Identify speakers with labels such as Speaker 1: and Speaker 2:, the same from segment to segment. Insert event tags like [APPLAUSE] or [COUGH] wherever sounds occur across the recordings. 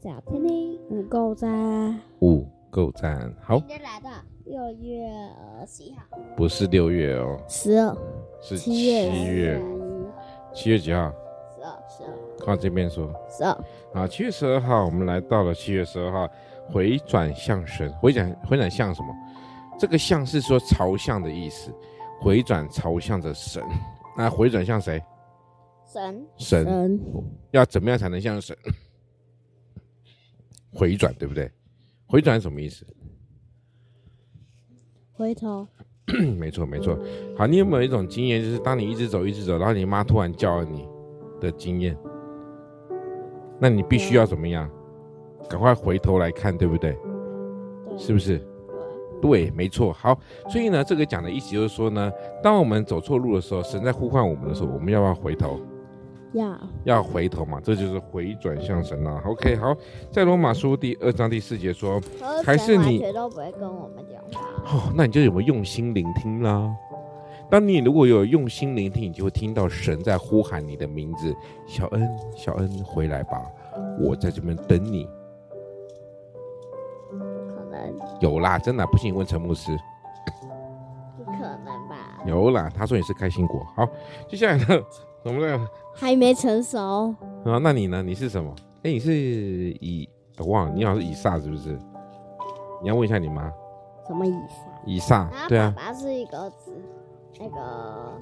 Speaker 1: 小听听，你够赞。
Speaker 2: 五够赞，好
Speaker 1: 今，天来到六月二十一号，
Speaker 2: 不是六月哦，
Speaker 3: 十二，
Speaker 2: 是
Speaker 3: 七月
Speaker 2: 七月，七月几号？
Speaker 1: 十二十二
Speaker 2: 靠这边说。
Speaker 3: 十二，
Speaker 2: 好，七月十二号，我们来到了七月十二号，回转向神，回转回转向什么？这个向是说朝向的意思，回转朝向着神。那回转向谁？
Speaker 1: 神
Speaker 2: 神。
Speaker 3: 神，
Speaker 2: 要怎么样才能向神？回转，对不对？回转是什么意思？
Speaker 3: 回头，
Speaker 2: 嗯没错，没错。好，你有没有一种经验，就是当你一直走，一直走，然后你妈突然叫了你的经验？那你必须要怎么样？赶快回头来看，对不对？
Speaker 1: 对
Speaker 2: 是不是？对，没错。好，所以呢，这个讲的意思就是说呢，当我们走错路的时候，神在呼唤我们的时候，我们要不要回头？
Speaker 3: 要
Speaker 2: 要回头嘛，这就是回转向神了、OK，好，在罗马书第二章第四节说，
Speaker 1: 可
Speaker 2: 还是
Speaker 1: 神完
Speaker 2: 你
Speaker 1: 全都不会跟我们讲话。
Speaker 2: 哦，那你就有没有用心聆听啦？当你如果有用心聆听，你就会听到神在呼喊你的名字，小恩，小恩，回来吧，我在这边等你。
Speaker 1: 不可能，
Speaker 2: 有啦，真的不信你问陈牧师。
Speaker 1: 不可能吧？
Speaker 2: 有啦，他说你是开心果。好，接下来呢， [LAUGHS] 我们来
Speaker 3: 还没成熟，
Speaker 2: 啊，那你呢？你是什么？哎，你是以我忘了，你好像是以撒是不是？你要问一下你妈，
Speaker 3: 什么意思啊？
Speaker 2: 以撒
Speaker 1: 然后
Speaker 2: 对
Speaker 1: 爸
Speaker 2: 啊，
Speaker 1: 爸是一个子，那个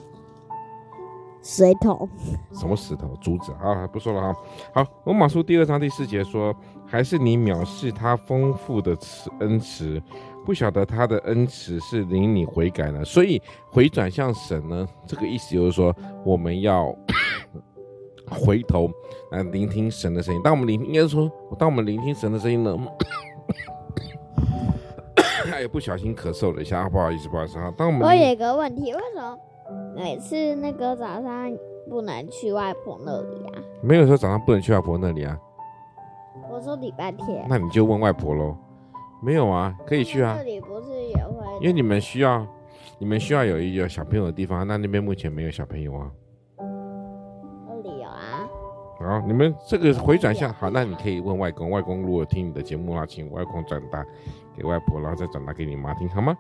Speaker 3: 水桶，
Speaker 2: 什么石头、竹子啊？不说了啊。好，罗马书第二章第四节说，还是你藐视他丰富的慈恩慈，不晓得他的恩慈是领你悔改呢。所以回转向神呢，这个意思就是说，我们要 [COUGHS] 回头啊，呃聆听神的声音。当我们聆听，应该是说，当我们聆听神的声音呢。 [COUGHS] 哎，不小心咳嗽了一下，不好意思，不好意思啊。当我们
Speaker 1: 我
Speaker 2: 聆
Speaker 1: 有一个问题，为什么每次那个早上不能去外婆那里啊？
Speaker 2: 没有说早上不能去外婆那里啊，
Speaker 1: 我说礼拜天，
Speaker 2: 那你就问外婆喽。没有啊，可以去啊
Speaker 1: 这，里不是也会？
Speaker 2: 因为你们需要，你们需要有一个小朋友的地方，那那边目前没有小朋友啊。
Speaker 1: 那里有啊，
Speaker 2: 好，你们这个回转向好，那你可以问外公，外公如果听你的节目啦，请外公转达给外婆，然后再转达给你妈听，好吗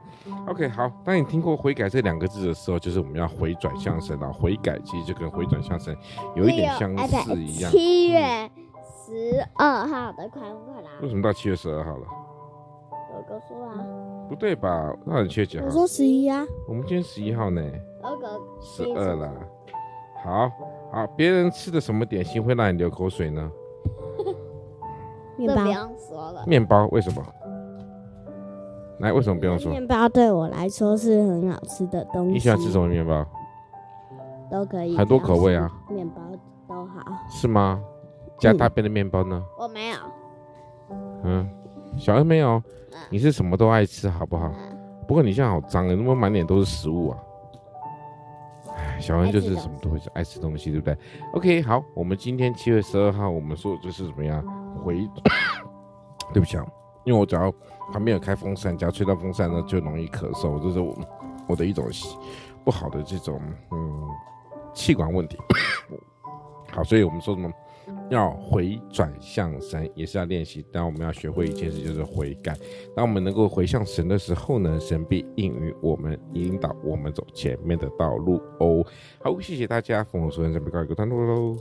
Speaker 2: ？OK，好。
Speaker 1: 嗯
Speaker 2: 当你听过悔改这两个字的时候，就是我们要回转向神了。悔改其实就跟回转向神有一点相
Speaker 1: 哎
Speaker 2: 似
Speaker 1: 对
Speaker 2: 一样。
Speaker 1: 七月十二号的快问快答，
Speaker 2: 为什么到七月十二号了？
Speaker 1: 有个说啊，
Speaker 2: 不对吧？那你七月几号
Speaker 3: 我？说十一啊，
Speaker 2: 我们今天十一号呢。
Speaker 1: 有个
Speaker 2: 十二啦。好好，别人吃的什么点心会让你流口水呢？
Speaker 3: 面
Speaker 1: 这不
Speaker 3: 包，
Speaker 1: 用说了，
Speaker 2: 面包为什么？来，为什么不用说？
Speaker 3: 面包对我来说是很好吃的东西，
Speaker 2: 你喜欢吃什么面包？
Speaker 3: 都可以，
Speaker 2: 很多口味啊，
Speaker 3: 面包都好，
Speaker 2: 是吗？加
Speaker 3: 嗯
Speaker 2: 大便的面包呢？
Speaker 1: 我没有，
Speaker 2: 嗯，小恩没有
Speaker 1: 嗯，
Speaker 2: 你是什么都爱吃，好不好？不过你现在好脏啊，那么满脸都是食物啊。唉，小恩就是什么都会吃，爱吃东西，对不对？OK，好，我们今天七月十二号，我们说就是怎么样回？对不起啊，因为我只要旁边有开风扇，只要吹到风扇呢，就容易咳嗽，这是我我的一种习不好的这种嗯气管问题。 [COUGHS] 好，所以我们说什么？要回转向神，也是要练习。但我们要学会一件事，就是悔改。当我们能够回向神的时候呢，神必应允我们，引导我们走前面的道路哦。好，谢谢大家，奉我所愿，准备告一个段落喽。